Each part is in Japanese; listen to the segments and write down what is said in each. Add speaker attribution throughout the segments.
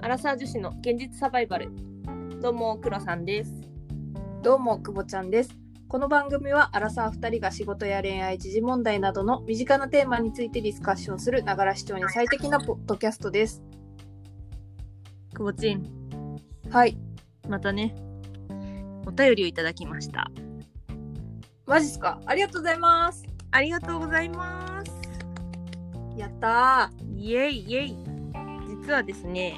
Speaker 1: ラサー女子の現実サバイバルどうもクロさんです
Speaker 2: どうもくぼちゃんですこの番組はアラサー2人が仕事や恋愛時事問題などの身近なテーマについてディスカッションするながら視聴に最適なポッドキャストです
Speaker 1: くぼちん
Speaker 2: はい
Speaker 1: またねお便りをいただきました
Speaker 2: マジっすかありがとうございます
Speaker 1: ありがとうございます
Speaker 2: やった
Speaker 1: イエイイエイ実はですね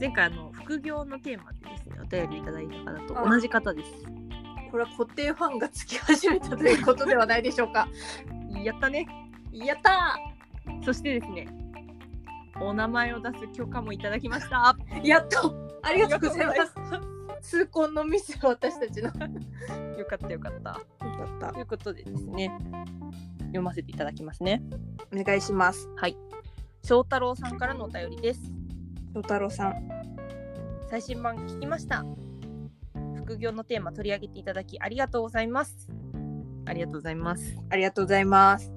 Speaker 1: 前回あの副業のテーマでですねお便りいただいた方と同じ方です
Speaker 2: ーこれは固定ファンがつき始めたということではないでしょうか
Speaker 1: やったね
Speaker 2: やった
Speaker 1: そしてですねお名前を出す許可もいただきました
Speaker 2: ーやっとありがとうございま
Speaker 1: あり
Speaker 2: す
Speaker 1: がとうござい
Speaker 2: 痛恨のミス私たちのよか
Speaker 1: ますよかったよかった
Speaker 2: った
Speaker 1: ということでですね読ませていただきますね
Speaker 2: お願いします
Speaker 1: 翔太郎さんからのお便りです
Speaker 2: 翔太郎さん
Speaker 1: 最新版聞きました副業のテーマ取り上げていただきありがとうございますありがとうございます
Speaker 2: ありがとうございます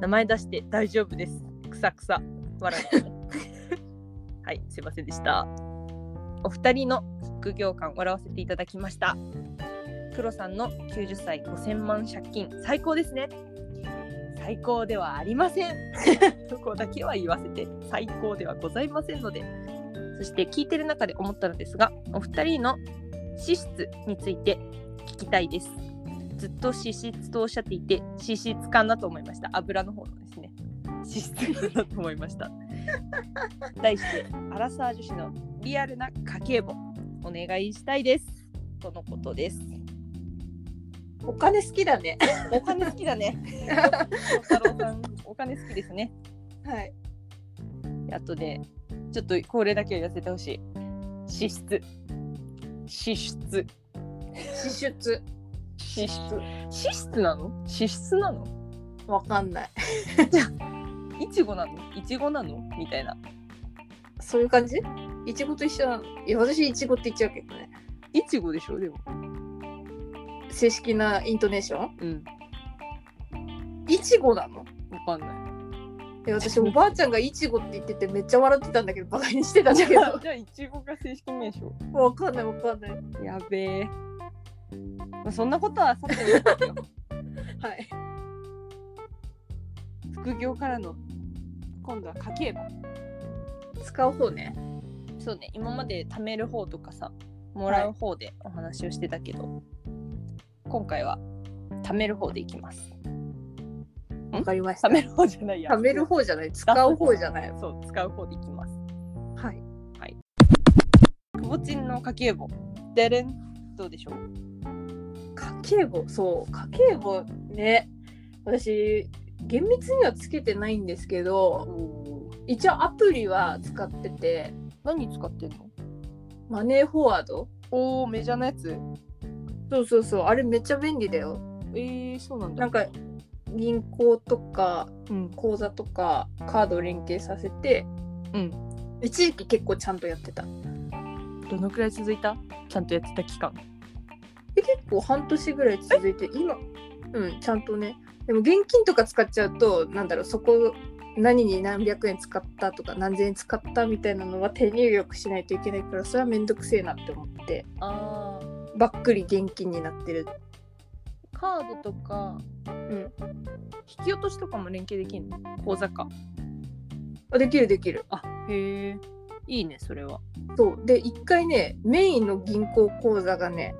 Speaker 1: 名前出して大丈夫ですくさくさ笑い はいすいませんでしたお二人の副業感笑わせていただきました黒さんの90歳5000万借金最高ですね最高ではありません そこだけは言わせて最高ではございませんのでそして聞いてる中で思ったのですがお二人の資質について聞きたいですずっと脂質とおっしゃっていて脂質感だと思いました油の方のですね脂質感だと思いました 題してアラサー女子のリアルな家計簿お願いしたいですとのことです
Speaker 2: お金好きだね
Speaker 1: お金好きだね太郎さんお金好きですね
Speaker 2: はい
Speaker 1: あとでちょっとこれだけは言わせてほしい脂質脂質
Speaker 2: 支出
Speaker 1: 脂質脂質なの脂質なの
Speaker 2: わかんない
Speaker 1: いちごなのいちごなのみたいな
Speaker 2: そういう感じいちごと一緒なのいや私いちごって言っちゃうけどね
Speaker 1: いちごでしょでも
Speaker 2: 正式なイントネーション
Speaker 1: うん
Speaker 2: いちごなの
Speaker 1: わかんない。
Speaker 2: え私おばあちゃんがいちごって言っててめっちゃ笑ってたんだけどバカにしてたんだけど
Speaker 1: じゃあ、いちごが正式名称。
Speaker 2: わかんないわかんないは
Speaker 1: やべえ。まあ、そんなことはさておきですよ
Speaker 2: い
Speaker 1: 副業からの今度は家計簿。
Speaker 2: 使う方ね
Speaker 1: そうね、今まで貯める方とかさ、もらう方でお話をしてたけど、今回は貯める方でいきます。
Speaker 2: わかりまし
Speaker 1: 貯
Speaker 2: た
Speaker 1: める方じゃないや。
Speaker 2: 食べる方じゃない使う方じゃないは
Speaker 1: そう、使う方でいきます。
Speaker 2: い
Speaker 1: くぼちんの家計簿。でれん、どうでしょう
Speaker 2: 家計簿そう家計簿ね私厳密にはつけてないんですけど一応アプリは使ってて
Speaker 1: 何使ってんの
Speaker 2: マネーフォワード
Speaker 1: おお、メジャーなやつ。
Speaker 2: そうそうそうあれめっちゃ便利だよ
Speaker 1: えー、そうなんだ。
Speaker 2: なんか銀行とか
Speaker 1: うん。
Speaker 2: 口座とかカード連携させて
Speaker 1: うん。
Speaker 2: 一時期結構ちゃんとやってた
Speaker 1: どのくらい続いたちゃんとやってた期間
Speaker 2: で結構半年ぐらい続いて今うんちゃんとねでも現金とか使っちゃうとなんだろうそこ何に何百円使ったとか何千円使ったみたいなのは手入力しないといけないからそれはめんどくせえなって思って
Speaker 1: あ
Speaker 2: ばっくり現金になってる
Speaker 1: あカードとか
Speaker 2: うん
Speaker 1: 引き落としとかも連携できるの口座か
Speaker 2: あできるできる
Speaker 1: あへえいいねそれは
Speaker 2: そうで一回ねメインの銀行口座がね、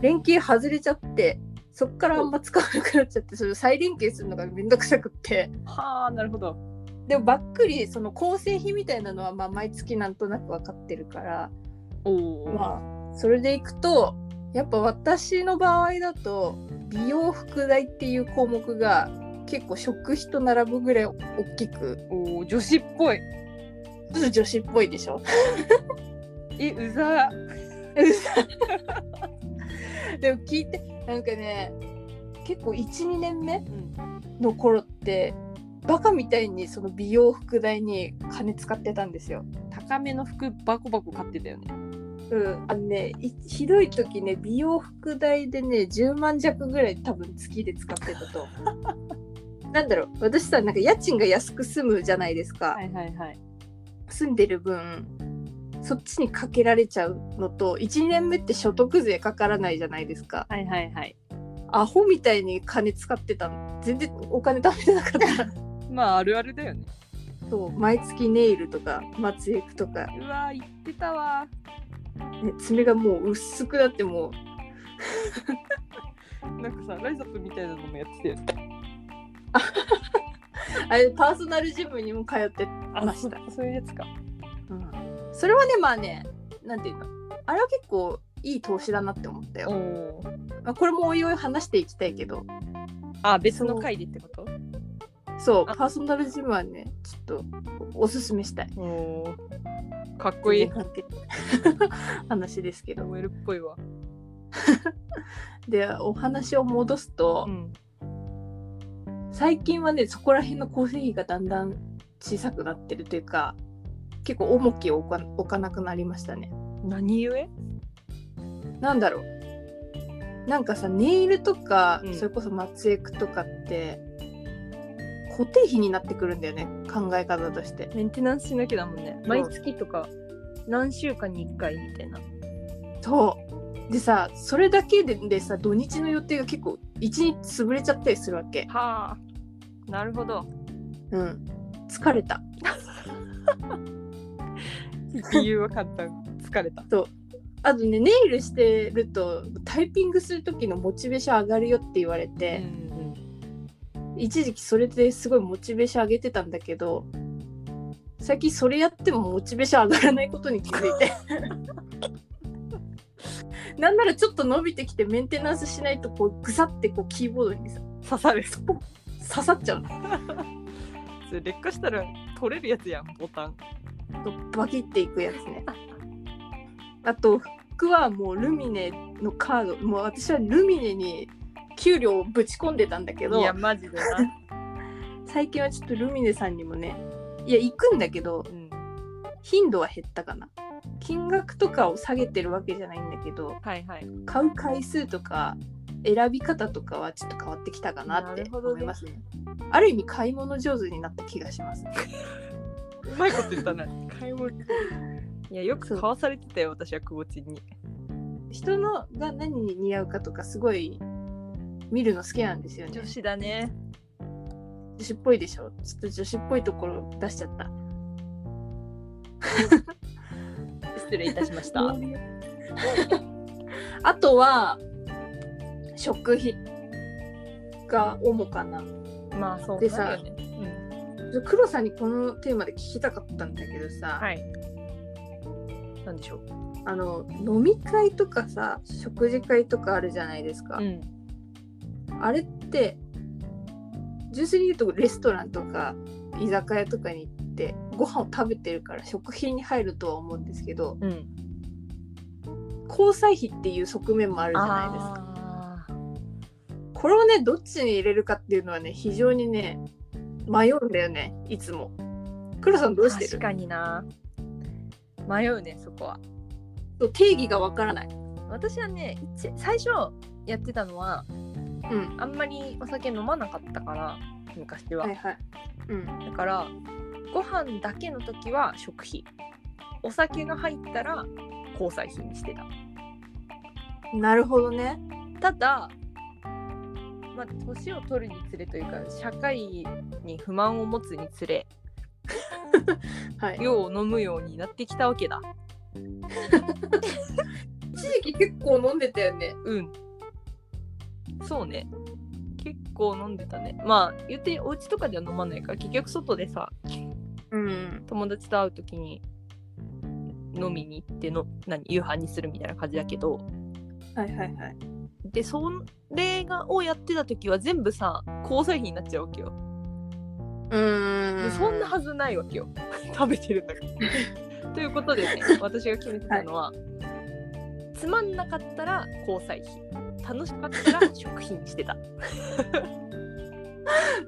Speaker 2: 連携外れちゃってそっからあんま使わなくなっちゃってそれ再連携するのがめんどくさくって
Speaker 1: はあなるほど
Speaker 2: でもばっくりその構成費みたいなのはまあ毎月なんとなく分かってるから
Speaker 1: おお、
Speaker 2: まあそれでいくとやっぱ私の場合だと美容副代っていう項目が結構食費と並ぶぐらい大きく
Speaker 1: おお女子っぽい
Speaker 2: ちょっと女子っぽいでしょ
Speaker 1: えうざ
Speaker 2: でも聞いてなんかね結構12年目
Speaker 1: うん
Speaker 2: の頃ってバカみたいにその美容副代に金使ってたんですよ。
Speaker 1: 高めの服バコバコ買ってたよね
Speaker 2: うん、あのねいひどい時ね美容副代でね10万弱ぐらい多分月で使ってた と思うなんだろう私さなんか家賃が安く済むじゃないですか、
Speaker 1: いはいはい
Speaker 2: 住んでる分そっちにかけられちゃうのと1年目って所得税かからないじゃないですか
Speaker 1: はいはいはい。
Speaker 2: アホみたいに金使ってたの全然お金貯めてなか った
Speaker 1: まああるあるだよね。
Speaker 2: そう毎月ネイルとか松江区とか、ね、
Speaker 1: うわー言ってたわ。
Speaker 2: 爪がもう薄くなってもう
Speaker 1: なんかさライザップみたいなのもやってたよね。
Speaker 2: あれパーソナルジムにも通ってました、
Speaker 1: そそういうやつか。
Speaker 2: それはねまあねなんていうのあれは結構いい投資だなって思ったよ、
Speaker 1: おー
Speaker 2: まあ、これもおいおい話していきたいけど
Speaker 1: あ別の回でってこと？
Speaker 2: そう
Speaker 1: あ
Speaker 2: パーソナルジムはねちょっとおすすめしたい
Speaker 1: おおーかっこいい
Speaker 2: 全。然関係ない 話ですけど
Speaker 1: OL っぽいわ。
Speaker 2: でお話を戻すと、
Speaker 1: ん。
Speaker 2: 最近はねそこら辺の構成費がだんだん小さくなってるというか結構重きを置か置かなくなりましたね
Speaker 1: 何故？
Speaker 2: なんだろうなんかさネイルとか、
Speaker 1: うん
Speaker 2: それこそ松江区とかって固定費になってくるんだよね考え方として
Speaker 1: メンテナンスしなきゃだもんね。
Speaker 2: そう
Speaker 1: 毎月とか何週間に1回みたいな。
Speaker 2: そうでさそれだけででさ土日の予定が結構一日潰れちゃったりするわけ
Speaker 1: はあ。なるほど。
Speaker 2: うん疲れた
Speaker 1: 理由は簡単。疲れた。
Speaker 2: あとねネイルしてるとタイピングする時のモチベーション上がるよって言われ
Speaker 1: う
Speaker 2: て、
Speaker 1: ん
Speaker 2: 一時期それですごいモチベーション上げてたんだけど最近それやってもモチベーション上がらないことに気づ いてなんならちょっと伸びてきてメンテナンスしないとこうグサってこうキーボードにさ
Speaker 1: うん。刺されそ
Speaker 2: 刺さっちゃうの
Speaker 1: う。劣化したら取れるやつやんボタン。
Speaker 2: バキっていくやつねあと服はもうルミネのカードもう私はルミネに給料をぶち込んでたんだけど
Speaker 1: いやマジでな。
Speaker 2: 最近はちょっとルミネさんにもねいや行くんだけど
Speaker 1: うん。
Speaker 2: 頻度は減ったかな金額とかを下げてるわけじゃないんだけど
Speaker 1: はいはい。
Speaker 2: 買う回数とか選び方とかはちょっと変わってきたかなっ
Speaker 1: な
Speaker 2: て
Speaker 1: るほどね
Speaker 2: 思いますねある意味買い物上手になった気がします
Speaker 1: うまいこと言ったな。 買い物。いやよく買わされてたよ私は久保ちんに。
Speaker 2: 人のが何に似合うかとかすごい見るの好きなんですよね
Speaker 1: 女子だね。
Speaker 2: 女子っぽいでしょちょっと女子っぽいところ出しちゃった
Speaker 1: 失礼いたしました。
Speaker 2: あとは食費が主かな
Speaker 1: まあそう
Speaker 2: でさ
Speaker 1: なるよねうん
Speaker 2: 黒さんにこのテーマで聞きたかったんだけどさ、
Speaker 1: はい。なんでしょう。
Speaker 2: あの飲み会とかさ食事会とかあるじゃないですか、
Speaker 1: ん。
Speaker 2: あれって純粋に言うとレストランとか居酒屋とかに行ってご飯を食べてるから食品に入るとは思うんですけど
Speaker 1: うん。
Speaker 2: 交際費っていう側面もあるじゃないですか
Speaker 1: ああ。
Speaker 2: これをねどっちに入れるかっていうのはね非常にね迷うんだよねいつも黒さんどうして
Speaker 1: 確
Speaker 2: る
Speaker 1: かにな。迷うねそこは。
Speaker 2: 定義がわからない
Speaker 1: 私はね一最初やってたのは
Speaker 2: うん
Speaker 1: あんまりお酒飲まなかったから昔は、
Speaker 2: はいはいうん
Speaker 1: だからご飯だけの時は食費お酒が入ったら交際費にしてた
Speaker 2: なるほどね
Speaker 1: ただまあ年を取るにつれというか社会に不満を持つにつれ
Speaker 2: はい
Speaker 1: 量を飲むようになってきたわけだ
Speaker 2: 一時期結構飲んでたよね
Speaker 1: うんそうね結構飲んでたねまあ言ってお家とかでは飲まないから結局外でさ
Speaker 2: うん
Speaker 1: 友達と会う時に飲みに行っての何夕飯にするみたいな感じだけど
Speaker 2: はいはいはい
Speaker 1: でそれがをやってた時は全部さ交際費になっちゃうわけよ、
Speaker 2: うー
Speaker 1: で
Speaker 2: ん
Speaker 1: そんなはずないわけよ 食べてるんだから ということでね私が決めてたのは、つまんなかったら交際費楽しかったら食費にしてた、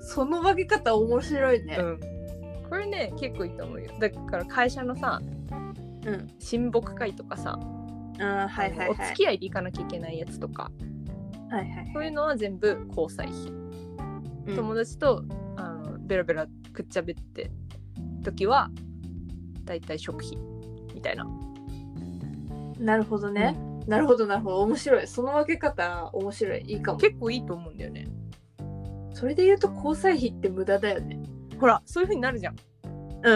Speaker 2: その分け方面白いね
Speaker 1: うん、これね結構いいと思うよだから会社のさ
Speaker 2: うん、
Speaker 1: 親睦会とかさ、
Speaker 2: あーはいはいはい
Speaker 1: お付き合いで行かなきゃいけないやつとか
Speaker 2: はいはい
Speaker 1: そういうのは全部交際費、
Speaker 2: うん
Speaker 1: 友達とあのベラベラくっちゃべって時はだいたい食費みたいな。
Speaker 2: なるほどね、なるほどなるほど面白いその分け方面白いいいかも
Speaker 1: 結構いいと思うんだよね。
Speaker 2: それで言うと交際費って無駄だよね
Speaker 1: ほらそういう風になるじゃん。
Speaker 2: う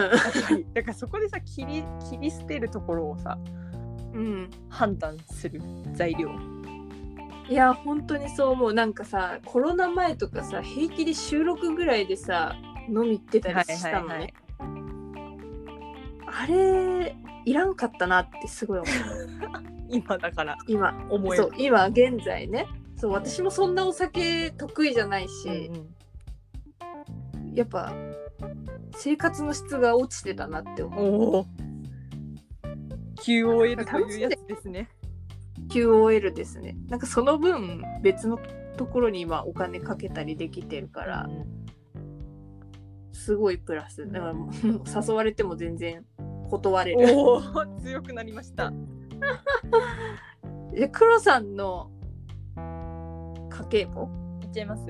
Speaker 2: ん
Speaker 1: だからそこでさ切り切り捨てるところをさ
Speaker 2: うん
Speaker 1: 判断する材料。
Speaker 2: いや本当にそう思うなんかさコロナ前とかさ平気で収録ぐらいでさ飲み行ってたりしたのね、
Speaker 1: い。
Speaker 2: あれいらんかったなってすごい思う
Speaker 1: 今だから
Speaker 2: 今
Speaker 1: 思え
Speaker 2: そ
Speaker 1: る
Speaker 2: う。今現在ねそう私もそんなお酒得意じゃないし、
Speaker 1: うんうん
Speaker 2: やっぱ生活の質が落ちてたなって思う
Speaker 1: おお。QOL というやつですね。
Speaker 2: QOL ですねなんかその分別のところに今お金かけたりできてるからすごいプラスだからもう誘われても全然断れる
Speaker 1: おお、強くなりました。
Speaker 2: で黒さんの家計簿
Speaker 1: いっちゃいます。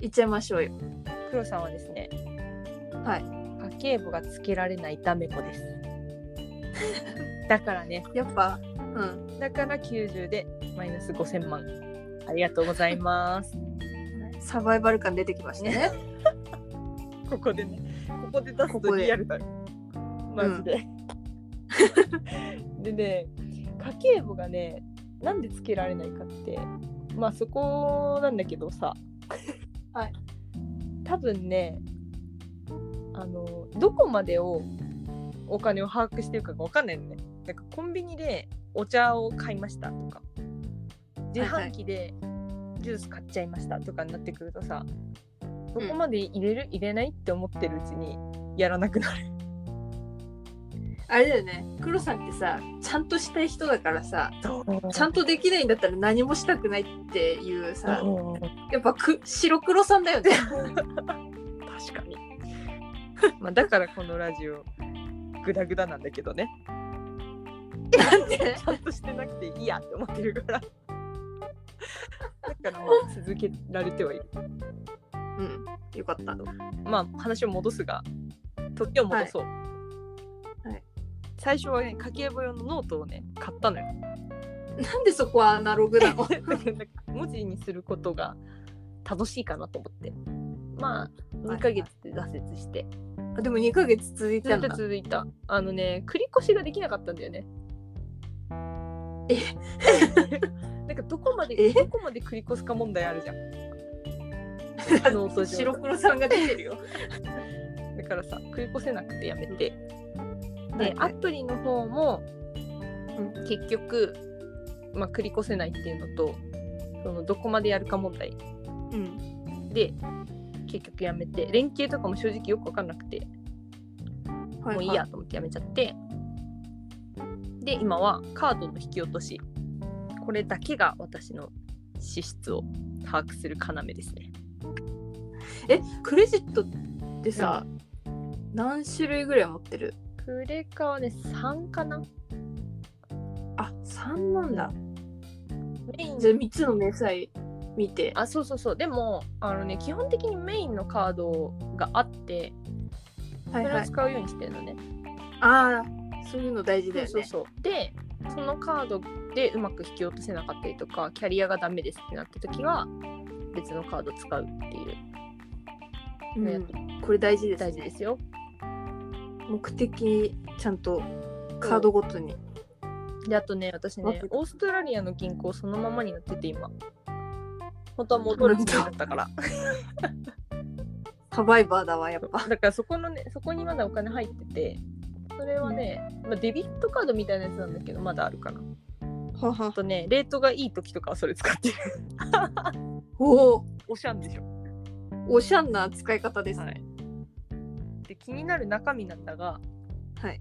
Speaker 2: いっちゃいましょうよ
Speaker 1: 黒さんはですね。
Speaker 2: はい
Speaker 1: 家計簿がつけられないダメ子 です。だからね、
Speaker 2: やっぱうん
Speaker 1: だから90でマイナス5000万。ありがとうございます。
Speaker 2: サバイバル感出てきましたね
Speaker 1: ここでね、ここで出す
Speaker 2: ことこで
Speaker 1: リアルだよ。マジで。 でね、家計簿がね、なんでつけられないかって、まあそこなんだけどさ、
Speaker 2: はい。
Speaker 1: 多分ね、あの、どこまでをお金を把握してるかがわかんないのね。なんかコンビニでお茶を買いましたとか、自販機でジュース買っちゃいましたとかになってくるとさ、どこまで入れる、入れないって思ってるうちにやらなくなる。
Speaker 2: あれだよね黒さんってさちゃんとしたい人だからさちゃん
Speaker 1: と
Speaker 2: とできないんだったら何もしたくないっていうさ
Speaker 1: 確
Speaker 2: やっぱく白黒さんだ よね
Speaker 1: かに。 まあだからこのラジオグダグダなんだけどね。
Speaker 2: なんで
Speaker 1: ちゃんとしてなくていいやって思ってるから。だからまあ続けられてはいる。
Speaker 2: うんよかった
Speaker 1: まあ話を戻すが、時を戻そう。
Speaker 2: いはい
Speaker 1: 最初はね、家計簿用のノートをね、買った のよ。
Speaker 2: なんでそこはアナログなの
Speaker 1: 文字にすることが楽しいかなと思って。まあ、2ヶ月で挫折して。
Speaker 2: あでも2ヶ月続い
Speaker 1: ず
Speaker 2: た
Speaker 1: っ
Speaker 2: ん
Speaker 1: と
Speaker 2: だ
Speaker 1: 続いた。あのね、繰り越しができなかったんだよね。
Speaker 2: え
Speaker 1: なんかどこまで
Speaker 2: え
Speaker 1: どこまで繰り越すか問題あるじゃん。 ノート上
Speaker 2: 白黒さんが出てるよ
Speaker 1: だからさ、繰り越せなくてやめて。
Speaker 2: はい
Speaker 1: で、
Speaker 2: はい
Speaker 1: アプリの方も、
Speaker 2: う
Speaker 1: 結局、まあ、繰り越せないっていうのと、そのどこまでやるか問題
Speaker 2: うん
Speaker 1: で、結局やめて、連携とかも正直よく分かんなくて、
Speaker 2: は
Speaker 1: もういいやと思ってやめちゃってで今はカードの引き落としこれだけが私の支出を把握する要ですね
Speaker 2: えクレジットってさ、何種類ぐらい持ってる
Speaker 1: クレカはね3かな
Speaker 2: あ三3なんだ
Speaker 1: メイン
Speaker 2: じゃあ3つの明細見て
Speaker 1: あそうそうそうでもあのね基本的にメインのカードがあって
Speaker 2: は
Speaker 1: そ
Speaker 2: い
Speaker 1: れ
Speaker 2: は
Speaker 1: を
Speaker 2: い
Speaker 1: 使うようにしてるのね、
Speaker 2: あーそういうの大事だよね
Speaker 1: そうそうそうでそのカードでうまく引き落とせなかったりとかキャリアがダメですってなった時は別のカード使うっていう
Speaker 2: う
Speaker 1: のやって
Speaker 2: んこれ大事です、ね、
Speaker 1: 大事ですよ
Speaker 2: 目的ちゃんとカードごとに
Speaker 1: であとね私
Speaker 2: 待
Speaker 1: ね
Speaker 2: って
Speaker 1: オーストラリアの銀行そのままになってて今本当は戻るつもりだったから
Speaker 2: サバイバーだわやっぱ
Speaker 1: だからそこのねそこにまだお金入っててそれはね、まあ、デビットカードみたいなやつなんだけどまだあるかな
Speaker 2: はは
Speaker 1: あとねレートがいい時とかはそれ使ってる
Speaker 2: おお
Speaker 1: おしゃんでしょ
Speaker 2: おしゃんな使い方です
Speaker 1: は
Speaker 2: ね
Speaker 1: いで気になる中身なんだが
Speaker 2: は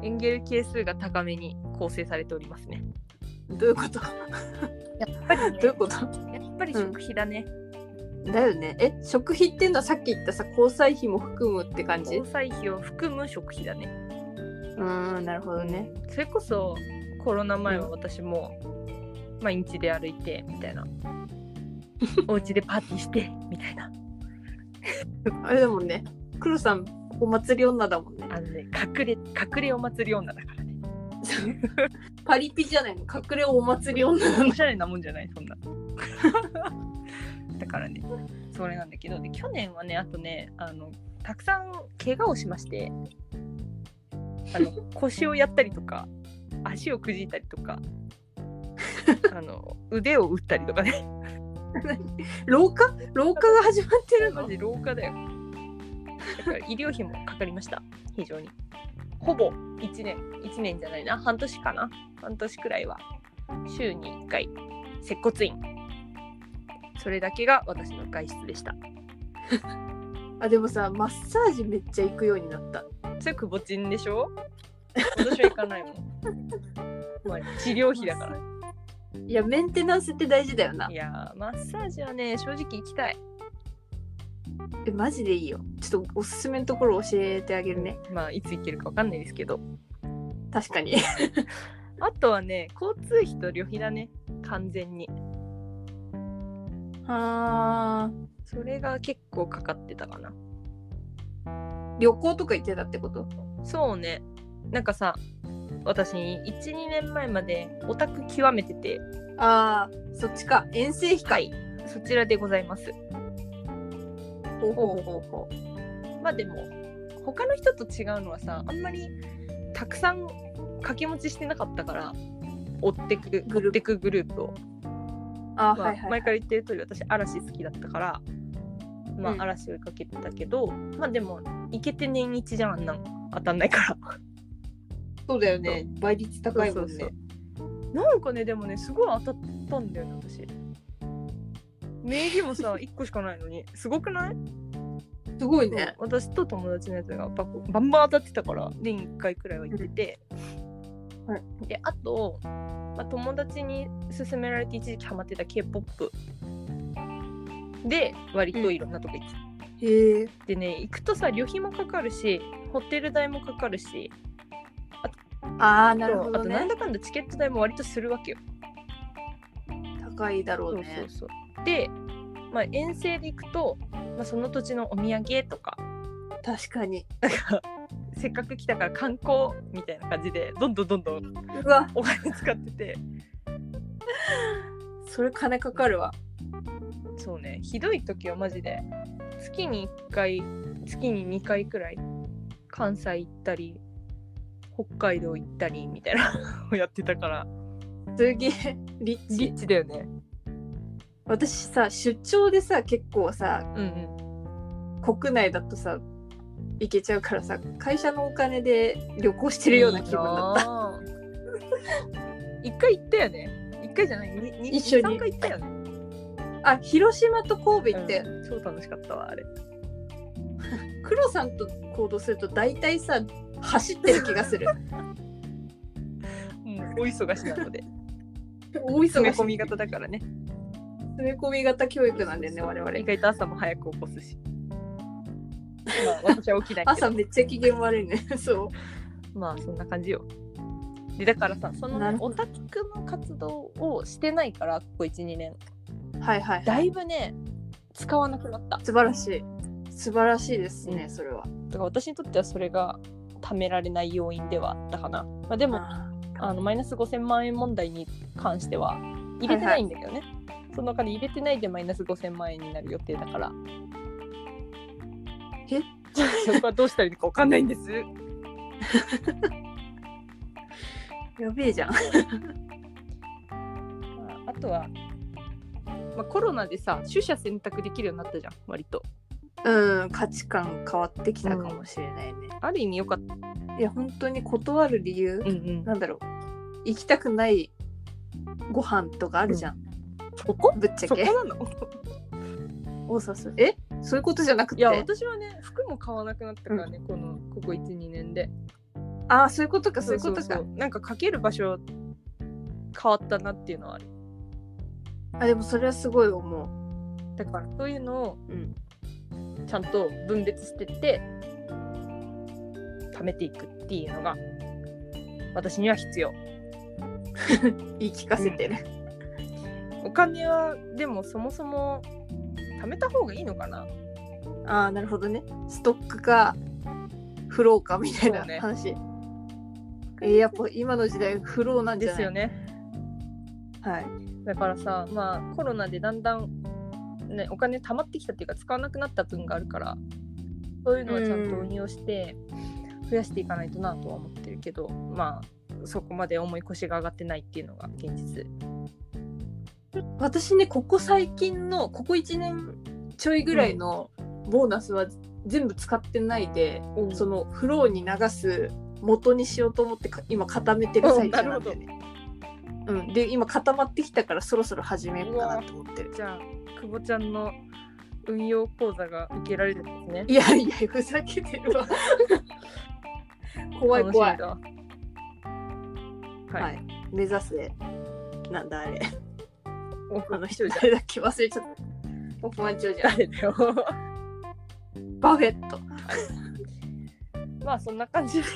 Speaker 2: い、
Speaker 1: エンゲル係数が高めに構成されておりますね
Speaker 2: どういうこと ど
Speaker 1: やっぱり、
Speaker 2: ういうこと
Speaker 1: やっぱり食費だね、
Speaker 2: だよねえ食費っていうのはさっき言ったさ交際費も含むって感じ
Speaker 1: 交際費を含む食費だね
Speaker 2: うーんなるほどね
Speaker 1: それこそコロナ前は私も毎日で歩いてみたいな お家でパーティーしてみたいな
Speaker 2: あれだもんね黒さんお祭り女だもんね
Speaker 1: あのね隠れ隠れお祭り女だからね
Speaker 2: パリピじゃないの隠れお祭り女なの
Speaker 1: おしゃれなもんじゃないそんな だからねそれなんだけどで去年はねあとねあのたくさん怪我をしましてあの腰をやったりとか足をくじいたりとかあの腕を打ったりとかね
Speaker 2: 廊下廊下が始まってる
Speaker 1: マ
Speaker 2: の
Speaker 1: ジ廊下だよだから医療費もかかりました非常にほぼ1年1年じゃないな半年かな半年くらいは週に1回接骨院それだけが私の外出でした
Speaker 2: あでもさマッサージめっちゃ行くようになった
Speaker 1: それくぼちんでしょ私は行かない もんまあ治療費だから
Speaker 2: いやメンテナンスって大事だよない
Speaker 1: やーマッサージはね正直行きたい
Speaker 2: えマジでいいよちょっとおすすめのところ教えてあげるね
Speaker 1: まあいつ行けるか分かんないですけど
Speaker 2: 確かに
Speaker 1: あとはね交通費と旅費だね完全に
Speaker 2: あ
Speaker 1: それが結構かかってたかな
Speaker 2: ー旅行とか行ってたってこと
Speaker 1: そうねなんかさ私12年前までオタク極めてて
Speaker 2: あーそっちか遠征費か
Speaker 1: はいそちらでございます
Speaker 2: ほうほうほうほう
Speaker 1: まあでも他の人と違うのはさあんまりたくさん掛け持ちしてなかったから追ってく追
Speaker 2: グループ
Speaker 1: ってくグループを、
Speaker 2: あ
Speaker 1: まあ
Speaker 2: ーはいはい、は
Speaker 1: 前
Speaker 2: い、
Speaker 1: から言ってる通り私嵐好きだったからまあ、
Speaker 2: うん
Speaker 1: 嵐追いかけてたけどまあでも行けて年一じゃんあんなん当たんないから
Speaker 2: そうだよね倍率高いもんね
Speaker 1: そうそうそうなんかねでもねすごい当たったんだよね私名義もさ 1個しかないのにすごくない
Speaker 2: すごいね
Speaker 1: 私と友達のやつがバコバンバン当たってたから年1回くらいは行ってて、
Speaker 2: はい
Speaker 1: であと、まあ、友達に勧められて一時期ハマってた k p o p で割といろんなとこ行ってた
Speaker 2: へえ
Speaker 1: でね行くとさ旅費もかかるしホテル代もかかるし
Speaker 2: ああなるほ
Speaker 1: あ
Speaker 2: ど
Speaker 1: となん
Speaker 2: ね
Speaker 1: だかんだチケット代も割とするわけよ
Speaker 2: 高いだろう
Speaker 1: そう
Speaker 2: ね
Speaker 1: そうそう。で、まあ、遠征で行くと、まあ、その土地のお土産とか
Speaker 2: 確かに
Speaker 1: せっかく来たから観光みたいな感じでどんどんどんどん
Speaker 2: うわ
Speaker 1: お金使ってて
Speaker 2: それ金かかるわ
Speaker 1: そうねひどい時はマジで月に1回月に2回くらい関西行ったり北海道行ったりみたいなをやってたから
Speaker 2: すげえ リッ
Speaker 1: リ
Speaker 2: チ
Speaker 1: ッチだよね。
Speaker 2: 私さ出張でさ結構さ
Speaker 1: うんうん
Speaker 2: 国内だとさ行けちゃうからさ会社のお金で旅行してるような気分だった
Speaker 1: だった。一回行ったよね。一回じゃない。にに
Speaker 2: 一緒に
Speaker 1: 三回行ったよね。
Speaker 2: あ広島と神戸行って、
Speaker 1: うん超楽しかったわあれ
Speaker 2: 黒さんと行動すると大体さ走ってる気が する
Speaker 1: うんお忙しな ので
Speaker 2: 大忙しい
Speaker 1: 詰め込
Speaker 2: 詰
Speaker 1: み型だからね
Speaker 2: め込み型教育なんだよね我々
Speaker 1: 意外と朝も早く起こすしま あ私は起きないけど
Speaker 2: 朝めっちゃ機嫌悪いねそ
Speaker 1: まあそんな感じよでだからさその
Speaker 2: な
Speaker 1: ね
Speaker 2: るほ
Speaker 1: オタクの活動をしてないからここ12年
Speaker 2: うはいはい、
Speaker 1: だいぶね使わなくなっただか
Speaker 2: 素晴らしい素晴らしいですね、
Speaker 1: うん
Speaker 2: それは
Speaker 1: ら私にとってはそれがためられない要因ではあったかな、まあ、でも
Speaker 2: あ
Speaker 1: あのマイナス5000万円問題に関しては入れてないんだけどね、そのお金入れてないでマイナス5000万円になる予定だから
Speaker 2: え
Speaker 1: そこはどうしたらいいのか分かんないんです
Speaker 2: ーやべえじゃん
Speaker 1: あとは、まあ、コロナでさ取捨選択できるようになったじゃん割と
Speaker 2: うん価値観変わってきたかもしれないね、
Speaker 1: ある意味よかった
Speaker 2: いや本当に断る理由、
Speaker 1: うん
Speaker 2: なんだろう行きたくないご飯とかあるじゃん、
Speaker 1: そこ
Speaker 2: ぶっちゃ
Speaker 1: そこ
Speaker 2: け
Speaker 1: なの
Speaker 2: 大沢さんえそういうことじゃなく
Speaker 1: い
Speaker 2: て
Speaker 1: や私はね服も買わなくなったからね、このここ12年で
Speaker 2: ああそういうことかそういうことか
Speaker 1: そうそうなんかかける場所変わったなっていうのはある
Speaker 2: あでもそれはすごい思
Speaker 1: だからそういうのを
Speaker 2: う、うん、
Speaker 1: ちゃんと分別してって貯めていくっていうのが私には必要
Speaker 2: 言い聞かせてる、
Speaker 1: お金はでもそもそも貯めた方がいいのかな
Speaker 2: ああなるほどねストックかフローかみたい
Speaker 1: そ
Speaker 2: な
Speaker 1: うね
Speaker 2: 話、えーやっぱ今の時代不老なんじ
Speaker 1: で
Speaker 2: ゃな
Speaker 1: す
Speaker 2: い
Speaker 1: よね。
Speaker 2: はい
Speaker 1: だからさ、まあ、コロナでだんだん、ね、お金貯まってきたっていうか使わなくなった分があるからそういうのはちゃんと運用して増やしていかないとなとは思ってるけど、まあそこまで重い腰が上がってないっていうのが現実。
Speaker 2: 私ねここ最近のここ1年ちょいぐらいのボーナスは全部使ってないで、そのフローに流す元にしようと思ってか今固めてる最中なんだよね。うん、で今固まってきたからそろそろ始めようかなと思ってる。
Speaker 1: じゃあ久保ちゃんの運用講座が受けられるんですね。
Speaker 2: いやいやふざけて るわ。怖い怖い。
Speaker 1: 楽しみだ。
Speaker 2: は
Speaker 1: はいい。、
Speaker 2: 目指せなんだあれ
Speaker 1: オ
Speaker 2: あ
Speaker 1: フ
Speaker 2: の 人誰だっけ忘れちゃった。億万長者
Speaker 1: 誰だよ。
Speaker 2: バフェット。
Speaker 1: まあそんな感じで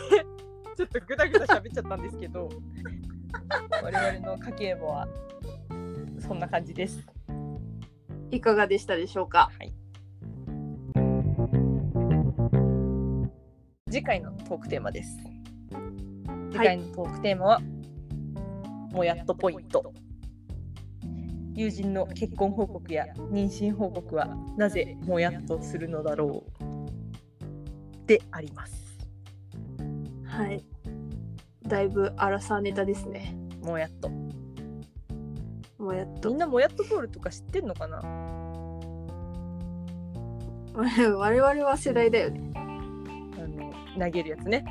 Speaker 1: ちょっとぐだぐだ喋っちゃったんですけ ど我々の家計簿はそんな感じです。
Speaker 2: いかがでしたでしょうか。
Speaker 1: はい、次回のトークテーマです。次回のトークテーマは、もやっとポイント。友人の結婚報告や妊娠報告はなぜもやっとするのだろうであります。
Speaker 2: はい。だいぶアラサーネタですね。
Speaker 1: もやっと。
Speaker 2: もうやっ
Speaker 1: み
Speaker 2: と
Speaker 1: んなもやっとポールとか知ってんのかな
Speaker 2: 我々は世代だよね。
Speaker 1: あの投げるやつね。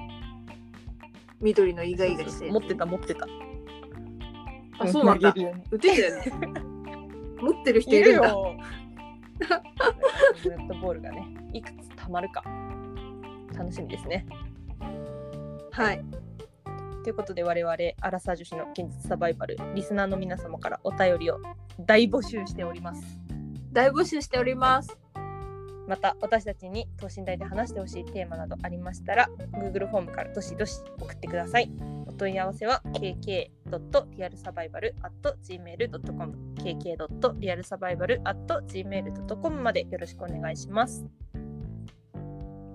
Speaker 2: 緑のイガイガして。
Speaker 1: 持ってた持ってた。
Speaker 2: あそうなんだ
Speaker 1: 投。げるように
Speaker 2: 打てるよね。持ってる人
Speaker 1: い
Speaker 2: い
Speaker 1: る
Speaker 2: る んだ。
Speaker 1: よ。ネットボールがね、いくつたまるか楽しみですね。
Speaker 2: はい。
Speaker 1: ということで我々アラサー女子の現実サバイバルリスナーの皆様からお便りを大募集しております。
Speaker 2: 大募集しております。
Speaker 1: また私たちに等身大で話してほしいテーマなどありましたら Google フォームからどしどし送ってくださいお問い合わせは kk.realsurvival.gmail.com kk.realsurvival.gmail.com までよろしくお願いします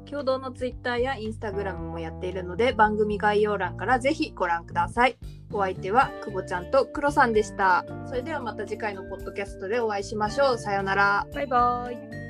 Speaker 2: 共同のツイッターやインスタグラムもやっているので、番組概要欄からぜひご覧ください。お相手は久保ちゃんとクロさんでした。それではまた次回のポッドキャストでお会いしましょう。さようなら。
Speaker 1: バイバイ